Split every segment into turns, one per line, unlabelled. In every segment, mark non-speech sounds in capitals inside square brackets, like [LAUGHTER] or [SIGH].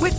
With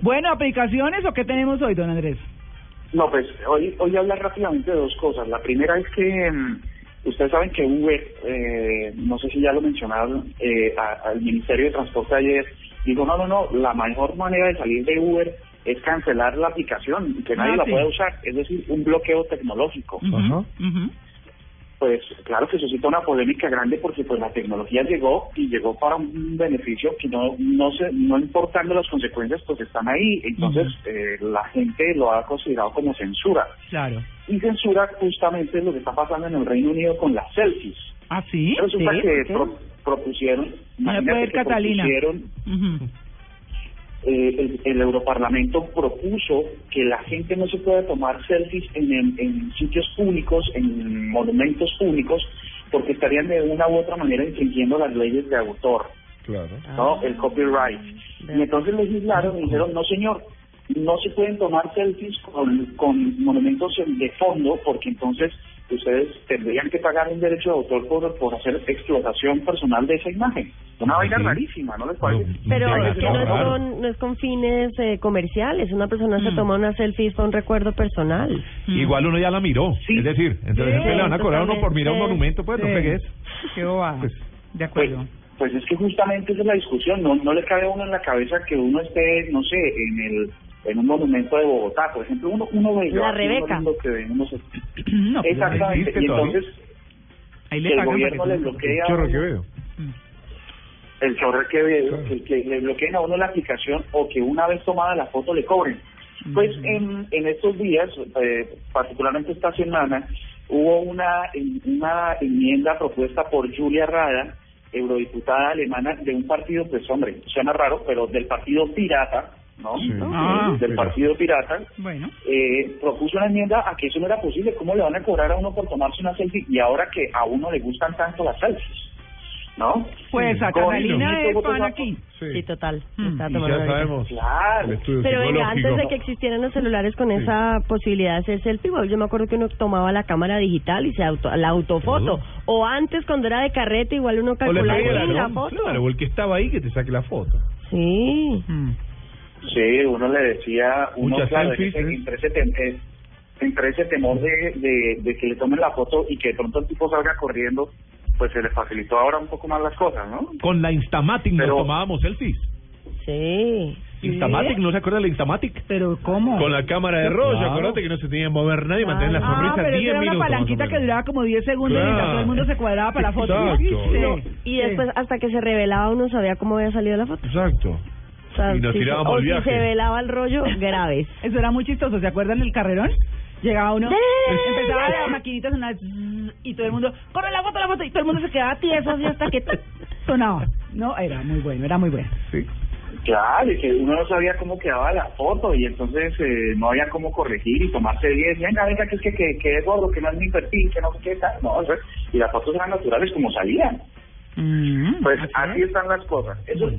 Bueno, aplicaciones o qué tenemos hoy, don Andrés?
No, pues hoy, hoy hablar rápidamente de dos cosas. La primera es que mm, ustedes saben que Uber, eh, no sé si ya lo mencionaron, eh, a- al Ministerio de Transporte ayer dijo, no, no, no, la mejor manera de salir de Uber es cancelar la aplicación y que nadie
Ah,
la
sí.
pueda usar, es decir, un bloqueo tecnológico.
Ujú.
Pues claro que suscita una polémica grande porque pues la tecnología llegó y llegó para un beneficio que no no se no importando las consecuencias pues están ahí entonces eh, la gente lo ha considerado como censura
Claro.
y censura justamente es lo que está pasando en el Reino Unido con las selfies.
¿Ah, sí?
Resulta
Sí,
que
sí.
pro- propusieron,
Me puede
imagínate
ver,
que
Catalina.
propusieron,
Ujú.
eh, el, el Europarlamento propuso que la gente no se puede tomar selfies en, en- en sitios públicos, en monumentos públicos, porque estarían de una u otra manera infringiendo las leyes de autor.
Claro.
¿no? El copyright. Y entonces legislaron y dijeron, no señor, no se pueden tomar selfies con, con monumentos en- de fondo porque entonces ustedes tendrían que pagar un derecho de autor por, por hacer explotación personal de esa imagen. Una vaina rarísima, ¿no les parece?
Pero
Ay,
es que no es
raro.
con, no es con fines eh, comerciales. Una persona
Mm.
se toma una selfie para un recuerdo personal.
Igual uno ya la miró.
Mm. Sí.
Es decir, entonces
Sí,
siempre le van a cobrar a uno por mirar un
totalmente.
monumento, pues no
Sí.
pegues.
Qué bobada. De
Pues,
acuerdo.
pues es que justamente esa es la discusión, no, no le cabe a uno en la cabeza que uno esté, no sé, en el en un monumento de Bogotá, por ejemplo, uno, uno ve
La
yo aquí,
Rebeca.
uno ve que ve, uno se-
[CLEARS THROAT] No, pues,
Exactamente,
existe
y
todavía.
entonces
ahí
que
le
el
pagan
gobierno
para
le
que-
bloquea
Chorro que veo.
el chorro que, que- que le bloqueen a uno la aplicación o que una vez tomada la foto le cobren. Pues en, en estos días, eh, particularmente esta semana, hubo una, una enmienda propuesta por Julia Rada, eurodiputada alemana de un partido, pues hombre, suena raro, pero del partido pirata, ¿no? Eh,
Ah,
del partido pirata,
Bueno.
eh, propuso una enmienda a que eso no era posible. ¿Cómo le van a cobrar a uno por tomarse una selfie? Y ahora que a uno le gustan tanto las selfies, ¿no?
Pues a
Con
Catalina
infinito
es
votos
fan
a-
aquí.
Sí, total. Está
Mm. Y
tomando
ya
ahorita.
sabemos.
Claro.
el estudio
Pero venga,
psicológico.
antes de que existieran los celulares con esa posibilidad de hacer selfie, bueno, yo me acuerdo que uno tomaba la cámara digital y se auto- la autofoto. O antes, cuando era de carrete, igual uno
O le
calculaba
pedí
"Uy,
al
la
ladrón,
foto.
Claro, o el que estaba ahí que te saque la foto.
Sí.
Mm.
Sí, uno le decía, uno
Muchas
claro,
selfies,
ese-
¿eh?
entre, ese tem- eh, entre ese temor de, de, de que le tomen la foto y que de pronto el tipo salga corriendo, pues se le facilitó ahora un poco más las cosas, ¿no?
Con la Instamatic
Pero-
nos tomábamos selfies.
Sí.
Instamatic, ¿no se acuerda de la Instamatic?
Pero
Ah.
¿cómo?
Con la cámara de rollo,
Claro.
acuérdate que no se tenía que mover nadie, mantener la
Claro.
Ah,
sonrisa
pero
10
esa era una
minutos, más o
palanquita que
menos.
duraba como 10 segundos
Claro.
mientras todo el mundo se cuadraba para la foto.
Exacto.
Sí.
No,
Y después, hasta que se revelaba, uno sabía cómo había salido la foto.
Exacto.
O sea,
Y nos
si se-
tirábamos
o
al
si
viaje.
se velaba el rollo, graves.
Eso era muy chistoso. ¿Se acuerdan del carrerón? Llegaba uno,
Sí.
empezaba la maquinita a sonar zzz, y todo el mundo, corre la foto, la foto, y todo el mundo se quedaba tieso así hasta que tic, sonaba. No, era muy bueno, era muy bueno.
Sí.
Claro, y que uno no sabía cómo quedaba la foto y entonces eh, no había cómo corregir y tomarse 10. Venga, venga, que es que quedé que es gordo, que no es mi perfil, que no sé qué tal. No, eso es- Mm,
Pues,
y las fotos eran naturales como salían. Pues así están las cosas. Eso